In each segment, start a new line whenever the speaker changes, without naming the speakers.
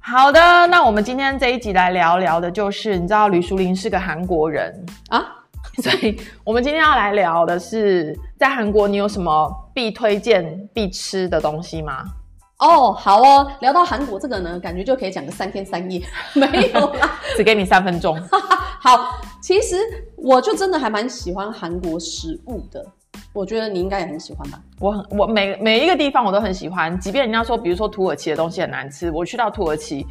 好的，那我们今天这一集来聊聊的就是，你知道吕淑玲是个韩国人，
啊，
所以我们今天要来聊的是，在韩国你有什么必推荐、必吃的东西吗？
哦，好哦，聊到韩国这个呢，感觉就可以讲个三天 三夜，没有啦。
只给你三分钟。
好，其实我就真的还蛮喜欢韩国食物的，我觉得你应该也很喜欢吧？
我很我每每一个地方我都很喜欢，即便人家说，比如说土耳其的东西很难吃，我去到土耳其，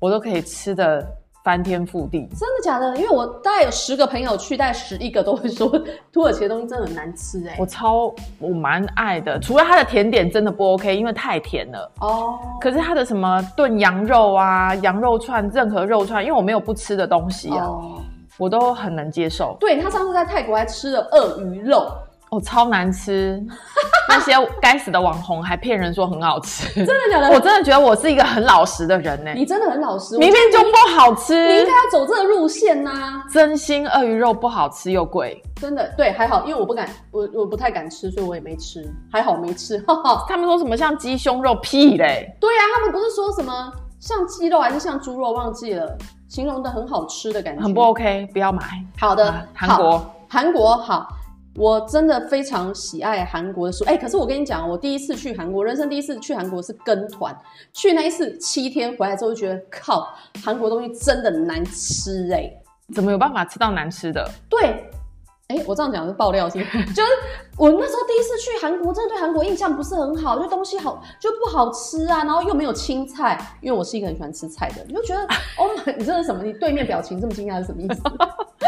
我都可以吃的翻天覆地。
真的假的？因为我大概有十个朋友去，大概十一个都会说 土耳其的东西真的很难吃哎、
我超我蛮爱的，除了它的甜点真的不 OK，因为太甜了。
哦，
可是它的什么炖羊肉啊、羊肉串、任何肉串，因为我没有不吃的东西啊，
哦，
我都很能接受。
对他上次在泰国还吃了鳄鱼肉，
我、超难吃， 那些该死的网红还骗人说很好吃。
真的假的？
我真的觉得我是一个很老实的人呢、
你真的很老实，我
明明就不好
你
吃
应该。要走这个路线呐、
真心鳄鱼肉不好吃又贵，
真的对，还好，因为我不敢，我我不太敢吃，所以我也没吃，还好没吃，哈哈。
他们说什么像鸡胸肉屁嘞，
对啊，他们不是说什么像鸡肉还是像猪肉，忘记了，形容的很好吃的感觉，
很不 OK，不要买。
好的，
啊韩国
好韩国好，我真的非常喜爱韩国的书。哎、可是我跟你讲，我第一次去韩国，人生第一次去韩国是跟团，去那一次七天，回来之后就觉得靠，韩国东西真的难吃哎、
怎么有办法吃到难吃的？
对。哎、我这样讲是爆料是不是？就是我那时候第一次去韩国，真的对韩国印象不是很好，就东西好就不好吃啊，然后又没有青菜，因为我是一个很喜欢吃菜的，你就觉得哦 my，你这是什么？你对面表情这么惊讶是什么意思？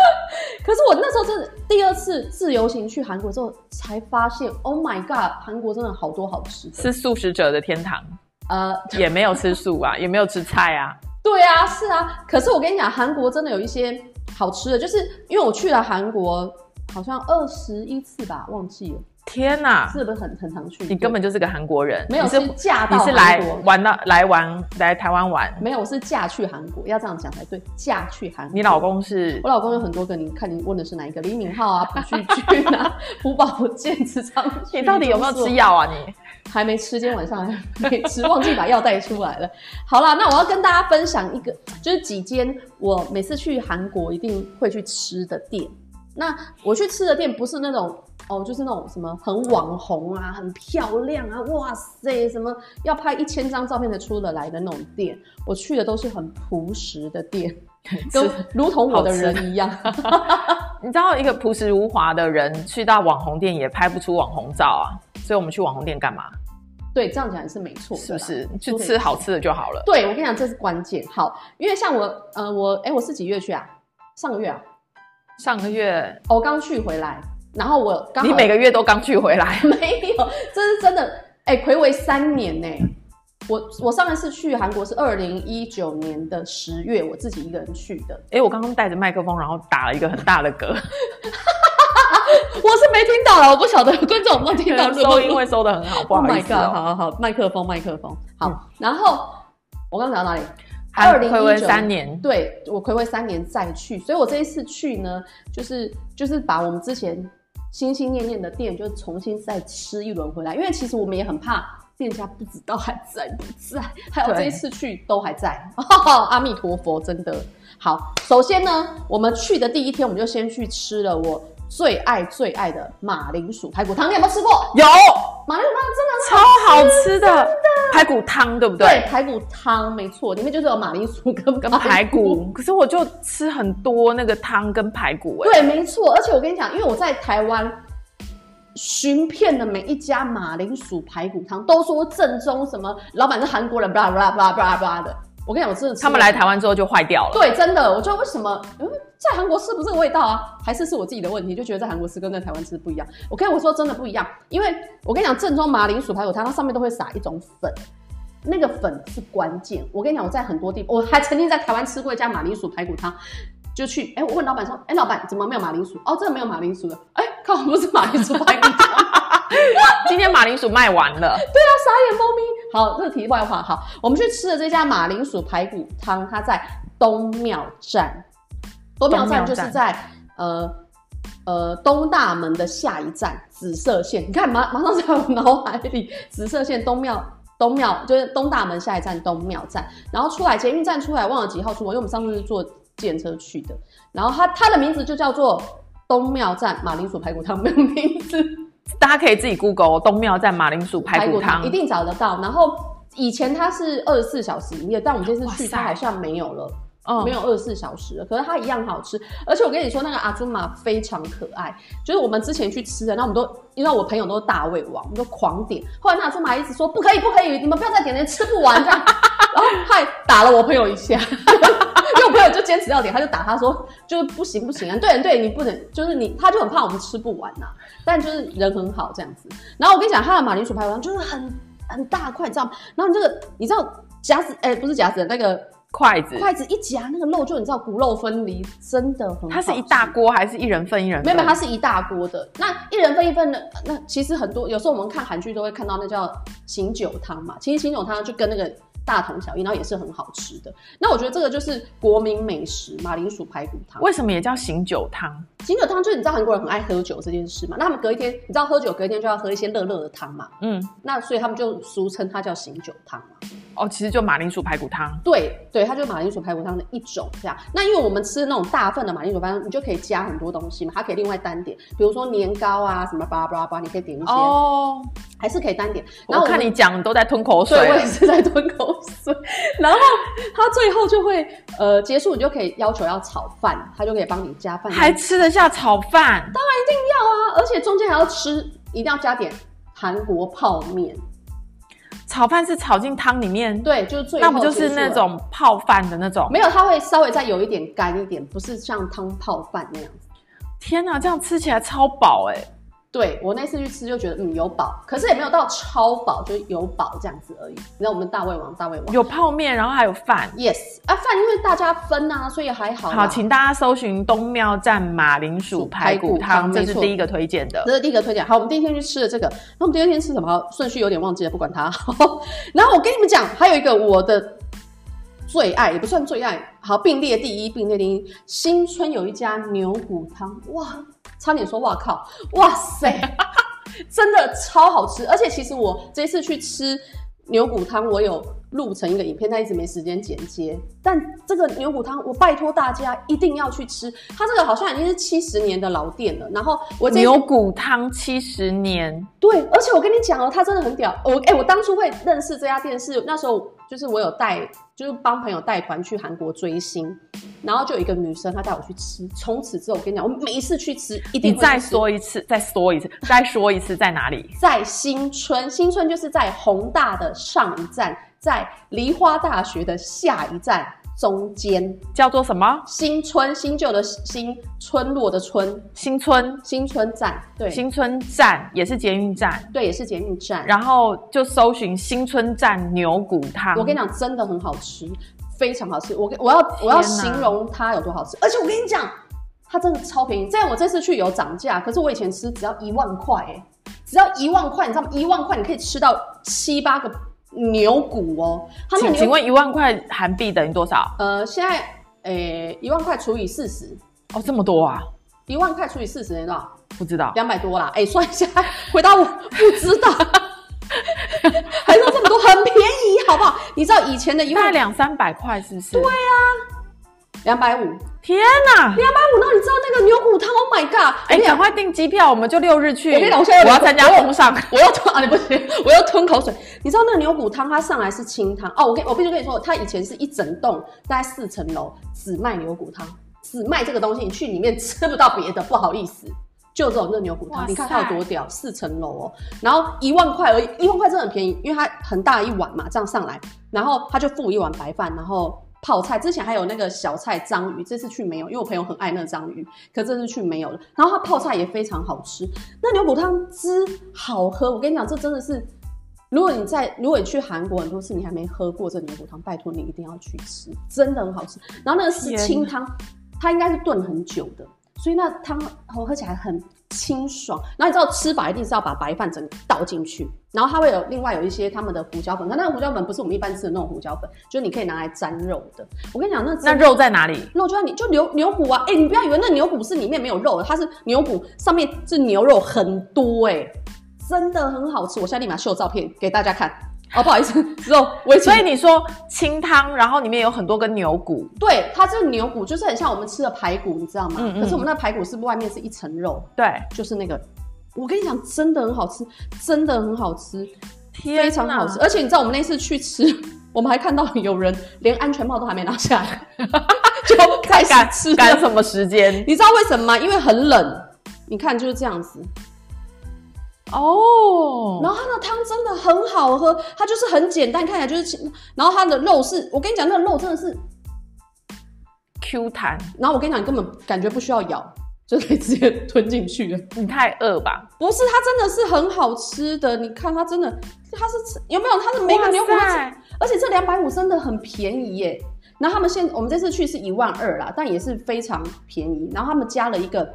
可是我那时候真的第二次自由行去韩国之后，才发现 Oh my God，韩国真的好多好吃的。
是素食者的天堂，
呃，
也没有吃素啊，也没有吃菜啊。
对啊，是啊。可是我跟你讲，韩国真的有一些好吃的，就是因为我去了韩国，好像二十一次吧，忘记了，
天哪，
是不是很很常去？
你根本就是个韩国人，
没有
你是
是嫁到
你是
韩
来
国，
玩到来玩来台湾玩，
没有我是嫁去韩国，要这样讲才对，嫁去韩国。
你老公是
我老公有很多个，你看你问的是哪一个？李敏镐啊，朴叙俊 啊，朴宝剑、池昌旭，
你到底有没有
钟
吃
硕
药啊 你？
还没吃，今天晚上还没 吃，忘记把药带出来了。好啦，那我要跟大家分享一个，就是几间我每次去韩国一定会去吃的店。那我去吃的店不是那种哦，就是那种什么很网红啊，很漂亮啊，哇塞，什么要拍一千张照片才出得来的那种店。我去的都是很朴实的店，跟
吃
如同我的
好吃
人一样。
你知道一个朴实无华的人去到网红店也拍不出网红照啊，所以我们去网红店干嘛？
对，这样讲也是没啊错的啦，
是不是？去
说得
吃好吃的就好了。
对，我跟你讲，这是关键。好，因为像我，呃，我，哎，我是几月去啊？上个月啊，
上个月
哦我刚去回来，然后我刚好，
你每个月都刚去回来
没有，这是真的，哎，暌违三年呢、我我上一次去韩国是二零一九年的十月，我自己一个人去的。
哎、我刚刚带着麦克风，然后打了一个很大的嗝，
我是没听到了，啊我不晓得观众有没有 听到
收音会收的很好，不好
oh、
意
my
思
god！
哦、嗯
好好好，麦克风麦克风好。然后我刚讲到哪里？
还
2019
暌违三年，
对我暌违三年再去，所以我这一次去呢，就是就是把我们之前心心念念的店，就重新再吃一轮回来，因为其实我们也很怕。店家不知道还在不在，还有
对
这一次去都还在， 阿弥陀佛，真的好。首先呢，我们去的第一天，我们就先去吃了我最爱最爱的马铃薯排骨汤，你有没有吃过？
有
马铃薯排骨真的
超好吃的排骨汤，对不对？
对，排骨汤没错，里面就是有马铃薯跟
跟排。骨，啊 可是我就吃很多那个汤跟排骨、哎，
对，没错。而且我跟你讲，因为我在台湾寻遍了每一家马铃薯排骨汤，都说正宗，什么老板是韩国人，巴拉巴拉巴拉巴拉巴拉的。我跟你讲，我真的吃
他们
过
来台湾之后就坏掉了。
对，真的，我觉得为什么，嗯，在韩国吃不是这个味道啊，还是是我自己的问题，就觉得在韩国吃跟在台湾吃不一样。我跟我说真的不一样，因为我跟你讲，正宗马铃薯排骨汤它上面都会撒一种粉，那个粉是关键。我跟你讲，我在很多地，我还曾经在台湾吃过一家马铃薯排骨汤。就去，哎、我问老板说，哎、老板怎么没有马铃薯？哦，这个没有马铃薯的，哎、靠，不是马铃薯排骨汤，
今天马铃薯卖完了，
傻眼啊猫咪。好，这个题外话，好，我们去吃的这家马铃薯排骨汤，它在东庙站，东庙站就是
东庙站
在呃呃东大门的下一站紫色线。你看，马马上在我脑海里，紫色线东庙东庙就是东大门下一站东庙站，然后出来捷运站出来忘了几号出门，因为我们上次是坐计程车去的。然后它它的名字就叫做东庙站马铃薯排骨汤，没有名字。
大家可以自己 Google 哦东庙站马铃薯排骨汤
一，定找得到。然后以前它是二十四小时营业，但我们这次去
哇塞
它好像没有了。
嗯
没有二十四小时了，可是它一样好吃。而且我跟你说，那个阿祖玛非常可爱，就是我们之前去吃的，那我们都因为我朋友都是大胃王，我们都狂点。后来那阿祖玛一直说不可以，不可以，你们不要再点了，吃不完这样。 然后还打了我朋友一下，因为我朋友就坚持要点，他就打他说就是不行不行啊，对对，你不能，就是你，他就很怕我们吃不完呐、但就是人很好这样子。然后我跟你讲，他的马铃薯排骨汤就是很很大块，你知道吗？然后你这个你知道夹子哎、不是夹子，那个
筷子，
筷子一夹，那个肉就你知道骨肉分离，真的很好吃。
它是一大锅还是一人份一人
没
份？
有没有，它是一大锅的。那一人份一份的，那其实很多有时候我们看韩剧都会看到那叫醒酒汤嘛，其实醒酒汤就跟那个大同小异，然后也是很好吃的。那我觉得这个就是国民美食马铃薯排骨汤。
为什么也叫醒酒汤？
醒酒汤就是你知道韩国人很爱喝酒这件事嘛，那他们隔一天，你知道喝酒隔一天就要喝一些热热的汤嘛，
嗯，
那所以他们就俗称它叫醒酒汤嘛。
哦，其实就马铃薯排骨汤。
对对，它就是马铃薯排骨汤的一种这样。那因为我们吃那种大份的马铃薯排骨汤，你就可以加很多东西嘛，它可以另外单点，比如说年糕啊什么巴拉巴拉巴拉，你可以点一些，
哦，
还是可以单点。然
我
后
看
们
你讲都在吞口水
对，我
了
也是在吞口水。然后它最后就会呃结束，你就可以要求要炒饭，它就可以帮你加饭，
还吃得下炒饭？
要啊，而且中间还要吃，一定要加点韩国泡面。
炒饭是炒进汤里面，
对，就是最后
那不就是
结束了
那种泡饭的那种？
没有，它会稍微再有一点干一点，不是像汤泡饭那样。
天哪，这样吃起来超饱哎、
对我那次去吃就觉得嗯有饱，可是也没有到超饱，就是有饱这样子而已。你知道我们大胃王大胃王
有泡面，然后还有饭。
，yes 啊饭因为大家分啊，所以还好啦。
好，请大家搜寻东庙站马铃薯排骨汤，
排骨汤
这
没
是
错
第一个推荐的。
这是第一个推荐。好，我们第一天去吃了这个，那我们第二天吃什么？顺序有点忘记了，不管它。 然后我跟你们讲，还有一个我的最爱，也不算最爱，好并列第一，并列第一。新村有一家牛骨汤，哇，差点说哇靠，哇塞， 真的超好吃。而且其实我这次去吃牛骨汤，我有录成一个影片，但一直没时间剪接。但这个牛骨汤，我拜托大家一定要去吃，它这个好像已经是七十年的老店了。然后我这次
牛骨汤七十年，
对，而且我跟你讲哦，他真的很屌。我哎、我当初会认识这家店是那时候，就是我有带，就是帮朋友带团去韩国追星，然后就有一个女生她带我去吃，从此之后我跟你讲，我每一次去吃一
你
定会
再
去吃
说一次，再说一次，再说一次在哪里？
在新村，新村就是在宏大的上一站，在梨花大学的下一站中间，
叫做什么？
新村新旧的新村落的村，
新村
新村站对
新村站也是捷运站，
对也是捷运站。
然后就搜寻新村站牛骨汤。
我跟你讲，真的很好吃，非常好吃。我跟我要我
天
要
哪
形容它有多好吃，而且我跟你讲，它真的超便宜。在我这次去有涨价，可是我以前吃只要一万块、欸，只要一万块，你知道吗？一万块你可以吃到七八个牛骨哦。它那个
请请
牛
问一万块韩币等于多少？
呃，现在诶一、万块除以四十，
哦，这么多啊？
一万块除以四十等于多少？
不知道。
两百多啦。哎、算一下，回答我 不知道。还说这么多很便宜，好不好？你知道以前的一
大概
万
两三百块是不是？对呀、
两百五，
天哪！
两百五，那你知道那个牛骨汤？Oh my god！
哎、赶快订机票，我们就六日去。
我跟你讲我现在有
我要参
点
加风尚。
我要吞啊！ 你不行，我要吞口水。你知道那个牛骨汤，它上来是清汤哦。我跟我必须跟你说，它以前是一整栋大概四层楼只卖牛骨汤，只卖这个东西，你去里面吃不到别的，不好意思。就只有那牛骨
哇
汤，
塞
你看它有多屌，四层楼哦，然后一万块而已，一万块真的很便宜，因为它很大一碗嘛，这样上来，然后他就付一碗白饭，然后泡菜，之前还有那个小菜章鱼，这次去没有，因为我朋友很爱那个章鱼，可这次去没有了。然后它泡菜也非常好吃，那牛骨汤汁好喝，我跟你讲，这真的是，如果你在如果你去韩国很多次，你还没喝过这牛骨汤，拜托你一定要去吃，真的很好吃。然后那个是
天哪
清汤，它应该是炖很久的，所以那汤哦喝起来很清爽。然后你知道吃法一定是要把白饭整个倒进去，然后它会有另外有一些他们的胡椒粉，可那个胡椒粉不是我们一般吃的那种胡椒粉，就是你可以拿来沾肉的。我跟你讲，那
那
真
肉在哪里？
肉就像你就牛牛骨啊，哎、你不要以为那牛骨是里面没有肉的，它是牛骨上面 是牛肉很多哎、真的很好吃。我现在立马秀照片给大家看，哦，不好意思，肉我也
所以你说清汤，然后里面有很多根牛骨，
对它这个牛骨就是很像我们吃的排骨，你知道吗？
嗯嗯
可是我们那排骨是不是外面是一层肉，
对，
就是那个。我跟你讲，真的很好吃，真的很好吃，
天
非常好
哪
吃。而且你知道，我们那次去吃， 我们还看到有人连安全帽都还没拿下来， 就开
赶
始吃了
赶什么时间？
你知道为什么吗？因为很冷，你看就是这样子。
哦，
然后它的汤真的很好喝，它就是很简单，看起来就是清。然后它的肉是，我跟你讲，那个肉真的是，
Q 弹，
然后我跟你讲，你根本感觉不需要咬，就可以直接吞进去了。
你太饿吧？
不是，它真的是很好吃的。你看它真的，它是有没有？它是每个牛骨都
哇
吃
塞
而且这两百五真的很便宜耶。然后他们现我们这次去是一万二啦，但也是非常便宜。然后他们加了一个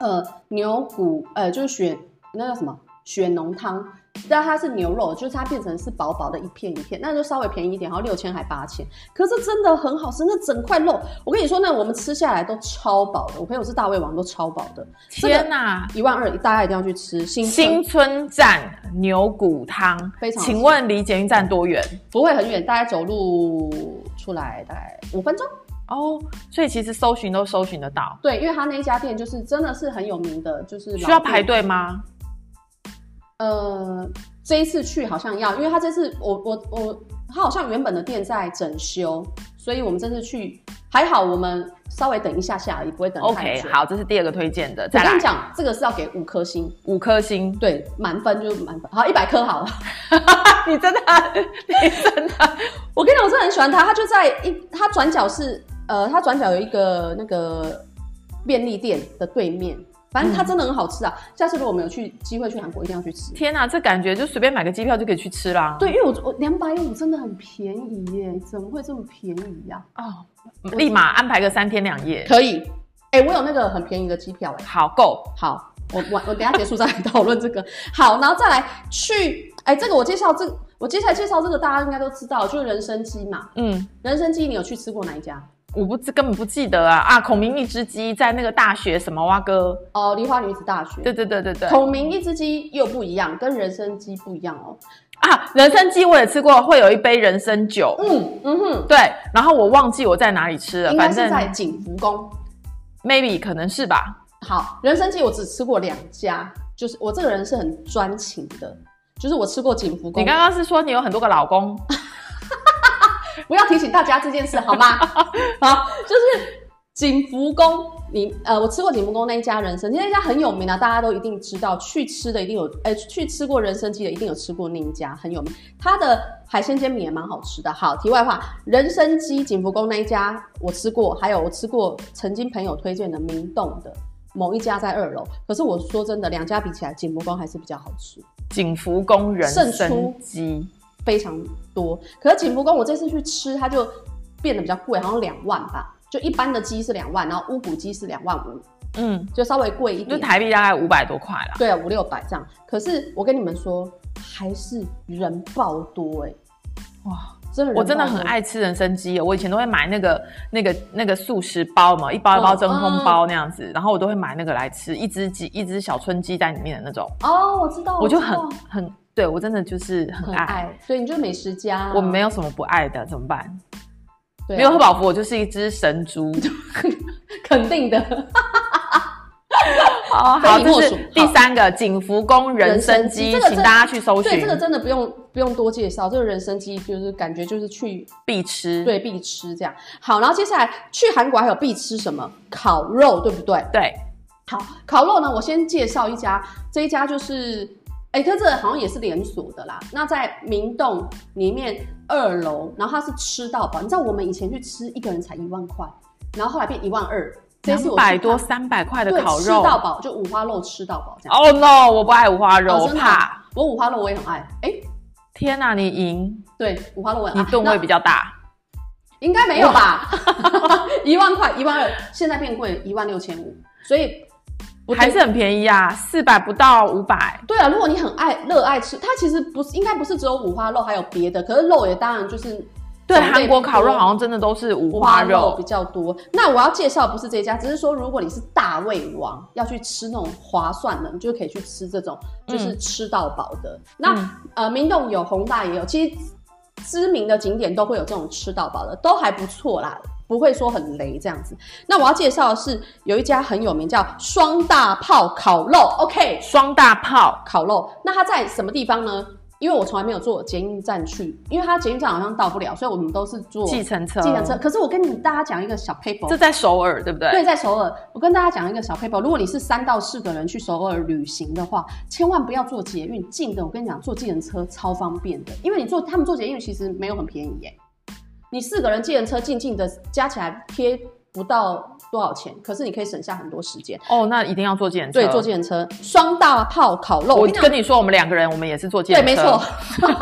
呃牛骨呃就是血那叫什么血浓汤，但它是牛肉，就是它变成是薄薄的一片一片，那就稍微便宜一点，好像六千还八千。可是真的很好吃，那整块肉，我跟你说，那我们吃下来都超饱的。我朋友是大胃王，都超饱的。这个
天哪！
一万二，大家一定要去吃新
新
村，
村站牛骨汤
非，常好吃
请问离捷运站多远？
不会很远，大概走路出来大概五分钟。
哦，所以其实搜寻都搜寻得到，
对，因为他那一家店就是真的是很有名的，就是老
需要排
店。
队吗？
呃，这一次去好像要，因为他这次我我我，他好像原本的店在整修，所以我们这次去还好，我们稍微等一下下而已，不会等太
OK，
久。
好，这是第二个推荐的，
我
再
跟
来
你讲，这个是要给五颗星，
五颗星。
对，满分就是满分，好，一百颗好了。
你真的，你真的，
我跟你讲，我真的很喜欢它，它就在一，它转角是呃，它转角有一个那个便利店的对面，反
嗯
正它真的很好吃啊。下次如果我们有去机会去韩国，一定要去吃。
天哪、这感觉就随便买个机票就可以去吃啦。
对，因为我我两百五真的很便宜耶，怎么会这么便宜呀、
哦，立马安排个三天两夜，
可以，哎、我有那个很便宜的机票哎。
好够。
好，我我我等一下结束再来讨论这个。好，然后再来去，哎、这个我介绍这个，我接下来介绍这个大家应该都知道，就是人参鸡嘛。
嗯，
人参鸡你有去吃过哪一家？
我不知根本不记得啊啊！孔明一只鸡在那个大学什么蛙哥，
哦，梨花女子大学。
对对对对对
孔明一只鸡又不一样，跟人参鸡不一样哦。
啊！人参鸡我也吃过，会有一杯人参酒，
嗯嗯哼，
对。然后我忘记我在哪里吃了，
应该
反
是
正
在景福宫。
maybe 可能是吧。
好，人参鸡我只吃过两家，就是我这个人是很专情的，就是我吃过景福宫。
你刚刚是说你有很多个老公，
不要提醒大家这件事好吗？好，就是景福宫，你呃，我吃过景福宫那一家人参鸡，那一家很有名啊，大家都一定知道，去吃的一定有，呃，去吃过人参鸡的一定有吃过那一家，很有名。它的海鲜煎饼也蛮好吃的。好，题外话，人参鸡景福宫那一家我吃过，还有我吃过曾经朋友推荐的明洞的。某一家在二楼，可是我说真的，两家比起来，景福宫还是比较好吃。
景福宫人
胜
参
出
鸡，
非常多。可是景福宫我这次去吃，它就变得比较贵，好像两万吧。就一般的鸡是两万，然后乌骨鸡是两万五，
嗯，
就稍微贵一
就
点，
台币大概五百多块啦。
对啊，五六百这样。可是我跟你们说，还是人爆多哎、
哇，
真的人爆多
我真的很。爱吃人参鸡哦，我以前都会买那个那个那个素食包嘛，一包
哦
一包真
嗯
空包那样子，然后我都会买那个来吃，一只鸡一只小春鸡在里面的那种，
哦，我知道，
我就
知
很
道
很对我真的就是很
很
爱，
爱，所以你就是美食家啊、
我没有什么不爱的，怎么办？
对啊
没有喝饱腹，我就是一只神猪。
肯定的。
好，
非你
这
莫
是
属
第
好
三个景福宫人参鸡，
人参鸡这个
请
真
大家去搜
对，
寻
这个，真的不用不用多介绍，这个人参鸡就是感觉就是去
必吃。
对必吃这样。好，然后接下来去韩国还有必吃什么？烤肉，对不对？
对，
好，烤肉呢，我先介绍一家，这一家就是，哎、它这个好像也是连锁的啦。那在明洞里面二楼，然后它是吃到饱。你知道我们以前去吃，一个人才一万块，然后后来变一万二，这次
两
我去
百多
看
三百块的
对
烤
吃
肉。
到饱，就五花肉吃到饱这样。
Oh no！我不爱五花肉，
哦
我
真的啊
怕。
我五花肉我也很爱，哎、
天哪、你赢，
对，五花肉我也很
你
爱。
吨位比较大。
那应该没有 吧？一万块，一万二，现在变贵，一万六千五，所以不
还是很便宜啊，四百不到五百。
对啊，如果你很爱热爱吃，它其实不是应该不是只有五花肉，还有别的。可是肉也当然就是
对，
种类
韩国
比较
烤肉
多
好像真的都是五
花
花
肉
肉
比，较多。那我要介绍不是这家，只是说如果你是大胃王，要去吃那种划算的，你就可以去吃这种，就是吃到饱的。那、
嗯
呃，明洞有，宏大也有，其实知名的景点都会有这种吃到饱的，都还不错啦。不会说很雷这样子。那我要介绍的是有一家很有名叫双大炮烤肉，OK，
双大炮，
烤肉。那它在什么地方呢？因为我从来没有坐捷运站去，因为它捷运站好像到不了，所以我们都是坐
计程车，
哦计程车。可是我跟你大家讲一个小 paper，
这在首尔对不对？
对，在首尔，我跟大家讲一个小 paper，如果你是三到四个人去首尔旅行的话，千万不要坐捷运，近的我跟你讲，坐计程车超方便的，因为你坐他们坐捷运其实没有很便宜耶，你四个人计程车近近的加起来贴不到多少钱，可是你可以省下很多时间。
哦，那一定要坐计程车。
对，坐计程车，双大炮烤肉，
我
跟你讲
跟你说，我们两个人我们也是坐计程
对，
车，
没 错，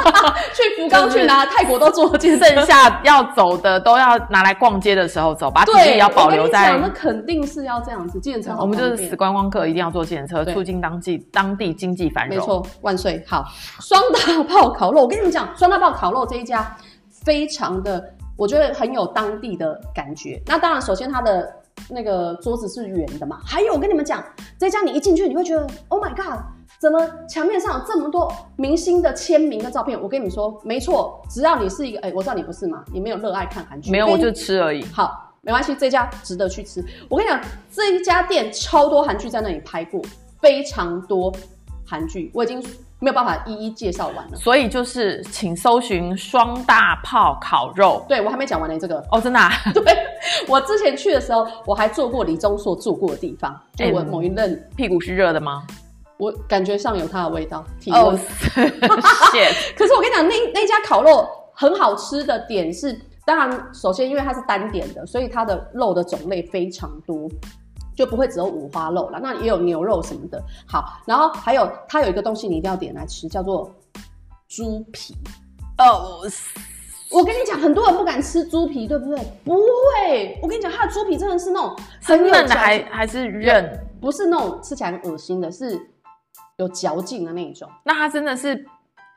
去福冈、
就是
去哪泰国都坐计程 车。
剩下要走的都要拿来逛街的时候走，把体力
对，
要保
我跟
留
你
在
讲，。那肯定是要这样子，计程车好
我们就是
方便
死观光客，一定要坐计程车，
对
促进当地当地经济繁
没
荣。
错，万岁！好，双大炮烤肉，我跟你讲，双大炮烤肉这一家非常的，我觉得很有当地的感觉。那当然，首先它的那个桌子是圆的嘛，还有我跟你们讲，这家你一进去，你会觉得，Oh my god！怎么墙面上有这么多明星的签名的照片？我跟你们说，没错，只要你是一个，哎、我知道你不是嘛，你没有热爱看韩剧，
没有，
跟
我
你
就吃而已。
好，没关系，这家值得去吃。我跟你讲，这一家店超多韩剧在那里拍过，非常多韩剧，我已经没有办法一一介绍完了。
所以就是，请搜寻双大炮烤肉。
对我还没讲完呢，这个。
哦，真的、啊，
对我之前去的时候，我还做过李钟硕做过的地方，就我
嗯
某一任，
屁股是热的吗？
我感觉上有它的味道，体温。
哦，shit，
可是我跟你讲，那那家烤肉很好吃的点是，当然首先因为它是单点的，所以它的肉的种类非常多。就不会只有五花肉了，那也有牛肉什么的。好，然后还有它有一个东西你一定要点来吃，叫做猪皮。
哦，
我跟你讲，很多人不敢吃猪皮，对不对？不会，我跟你讲，它的猪皮真的是那种很
是
有
嫩的
嚼
还
劲
还是韧？
不是那种吃起来很恶心的，是有嚼劲的那一种。
那它真的是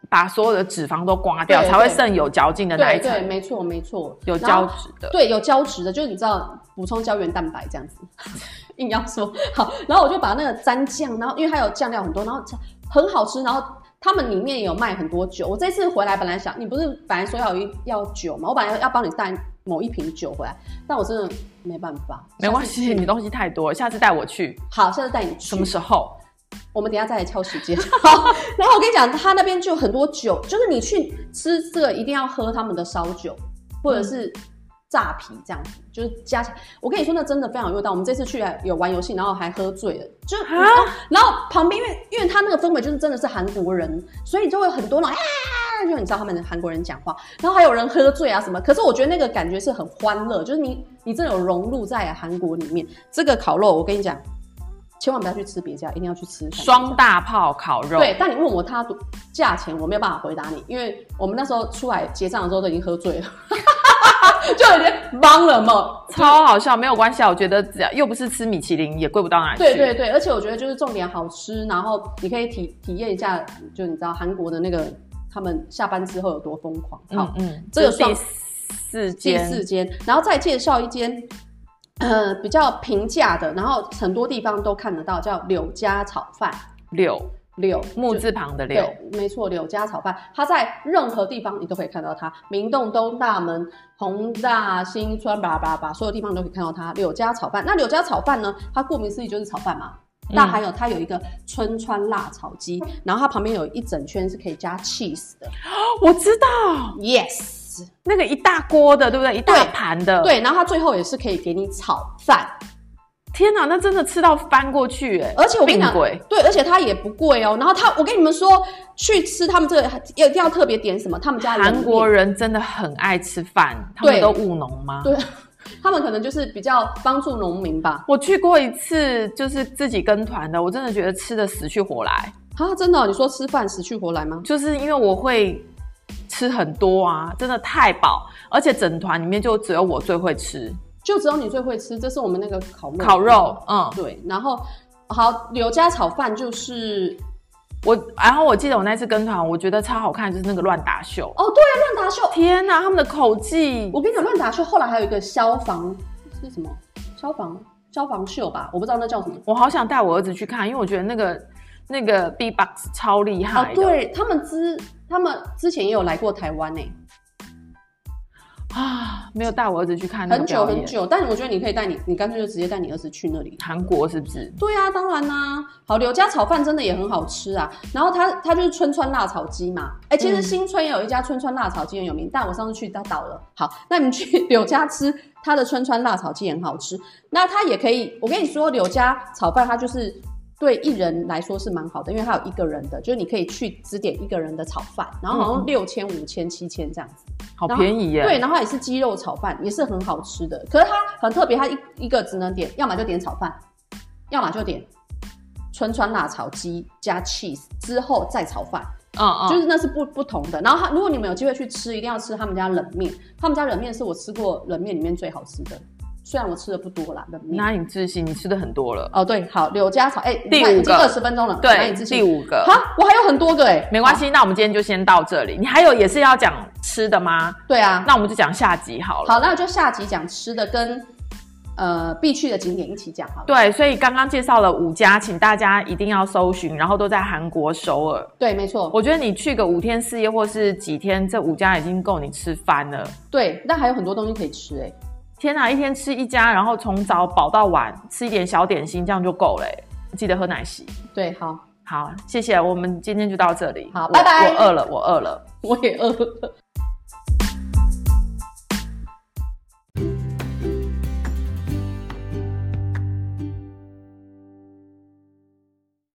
把所有的脂肪都刮掉，
对
才会
对
剩有嚼劲的那
对
一
对，
层，
没错没错，
有
然后
胶质的。
对，有胶质的，就是你知道补充胶原蛋白这样子， 硬要说好。然后我就把那个蘸酱，然后因为它有酱料很多，然后很好吃。然后他们里面也有卖很多酒。我这次回来本来想，你不是本来说要有一要酒嘛，我本来要帮你带某一瓶酒回来，但我真的没办法，
没关
下
系，
次去
你东西太多了，下次带我去。
好，下次带你去。
什么时候？
嗯我们等一下再来敲时 间。 好，然后我跟你讲，他那边就有很多酒，就是你去吃这个一定要喝他们的烧酒，或者是炸皮这样子，就是加起来。我跟你说，那真的非常有味道。我们这次去还有玩游戏，然后还喝醉了，就
啊
然后然后旁边因为因为他那个氛围就是真的是韩国人，所以就会很多那种啊，就你知道他们韩国人讲话，然后还有人喝醉啊什么。可是我觉得那个感觉是很欢乐，就是你你真的有融入在韩国里面。这个烤肉，我跟你讲。千万不要去吃别家，一定要去吃
双大炮烤肉。
对，但你问我它多价钱，我没有办法回答你，因为我们那时候出来结账的时候都已经喝醉了， 就有点懵了嘛。
超好笑，没有关系啊，我觉得只要又不是吃米其林，也贵不到哪里去。
对对对，而且我觉得就是重点好吃，然后你可以体体验一下，就你知道韩国的那个他们下班之后有多疯狂。好，
嗯嗯，
这个
是第
双
四
第
间，
四间，然后再介绍一间，呃，比较平价的，然后很多地方都看得到，叫柳家炒饭。
柳
柳
木
就
字旁的柳，
对，没错，柳家炒饭，它在任何地方你都可以看到它，明洞、东大门、宏大、新村，叭叭叭，所有地方你都可以看到它。柳家炒饭，那柳家炒饭呢？它顾名思义就是炒饭嘛。
嗯
那还有它有一个春川辣炒鸡，然后它旁边有一整圈是可以加 cheese 的
我知道
，yes，
那个一大锅的，对不对？一大
对
盘的，，
对，然后它最后也是可以给你炒饭，
天哪，那真的吃到翻过去哎！
而且我跟你讲
病鬼，
对，而且它也不贵哦。然后它，我跟你们说，去吃他们这个一定要特别点什么，他们家冷
韩国
面
人真的很爱吃饭，他们
对
都务农吗？
对，他们可能就是比较帮助农民吧。
我去过一次，就是自己跟团的，我真的觉得吃的死去活来，
啊，真的哦、你说吃饭死去活来吗？
就是因为我会吃很多啊，真的太饱，而且整团里面就只有我最会吃
就只有你最会吃，这是我们那个烤肉。
烤肉，嗯，
对，然后好，柳家炒饭就是
我然后我记得我那次跟团，我觉得超好看，就是那个乱打秀。
哦，对啊，乱打秀，
天哪，他们的口技，
我跟你讲，乱打秀后来还有一个消防是什么？消防消防秀吧，我不知道那叫什么。
我好想带我儿子去看，因为我觉得那个那个 B-box 超厉害
哦
的。，
对他们之他们之前也有来过台湾呢、欸
啊，没有带我儿子去看那个
很久
表演。
很久。但我觉得你可以带你，你干脆就直接带你儿子去那里。
韩国是不是？
对啊，当然啦、好，柳家炒饭真的也很好吃啊。然后它它就是春川辣炒鸡嘛。哎、其实
嗯
新村也有一家春川辣炒鸡很有名，但我上次去它倒了。好，那你们去柳家吃它的春川辣炒鸡也很好吃。那它也可以，我跟你说，柳家炒饭它就是。对一人来说是蛮好的，因为它有一个人的，就是你可以去只点一个人的炒饭，然后好像六千、五千、七千这样子。
好
然后
便宜耶！
对，然后它也是鸡肉炒饭，也是很好吃的。可是它很特别，它一一个只能点，要么就点炒饭，要么就点春川辣炒鸡加 cheese 之后再炒饭，
嗯嗯，
就是那是不不同的。然后它如果你们有机会去吃，一定要吃他们家冷面，他们家冷面是我吃过冷面里面最好吃的，虽然我吃的不多啦，冷面。
那你自信，你吃的很多了。
哦，对，好，柳家炒，哎、你
第
看
五
已经
个
二十分钟了，那
对，
你之
第
前
五个，
啊，我还有很多个哎、
没关系，那我们今天就先到这里。你还有也是要讲吃的吗？
好，对啊，
那我们就讲下集好了。
好，那就下集讲吃的跟呃必去的景点一起讲好了。
对，所以刚刚介绍了五家，请大家一定要搜寻，然后都在韩国首尔。
对，没错，
我觉得你去个五天四夜或是几天，这五家已经够你吃翻了。
对，但还有很多东西可以吃哎、
天哪，一天吃一家，然后从早饱到晚，吃一点小点心，这样就够了欸。记得喝奶昔。
对，好，
好，谢谢，我们今天就到这里。
好
我
拜拜
我饿了，我饿了。
我也饿了。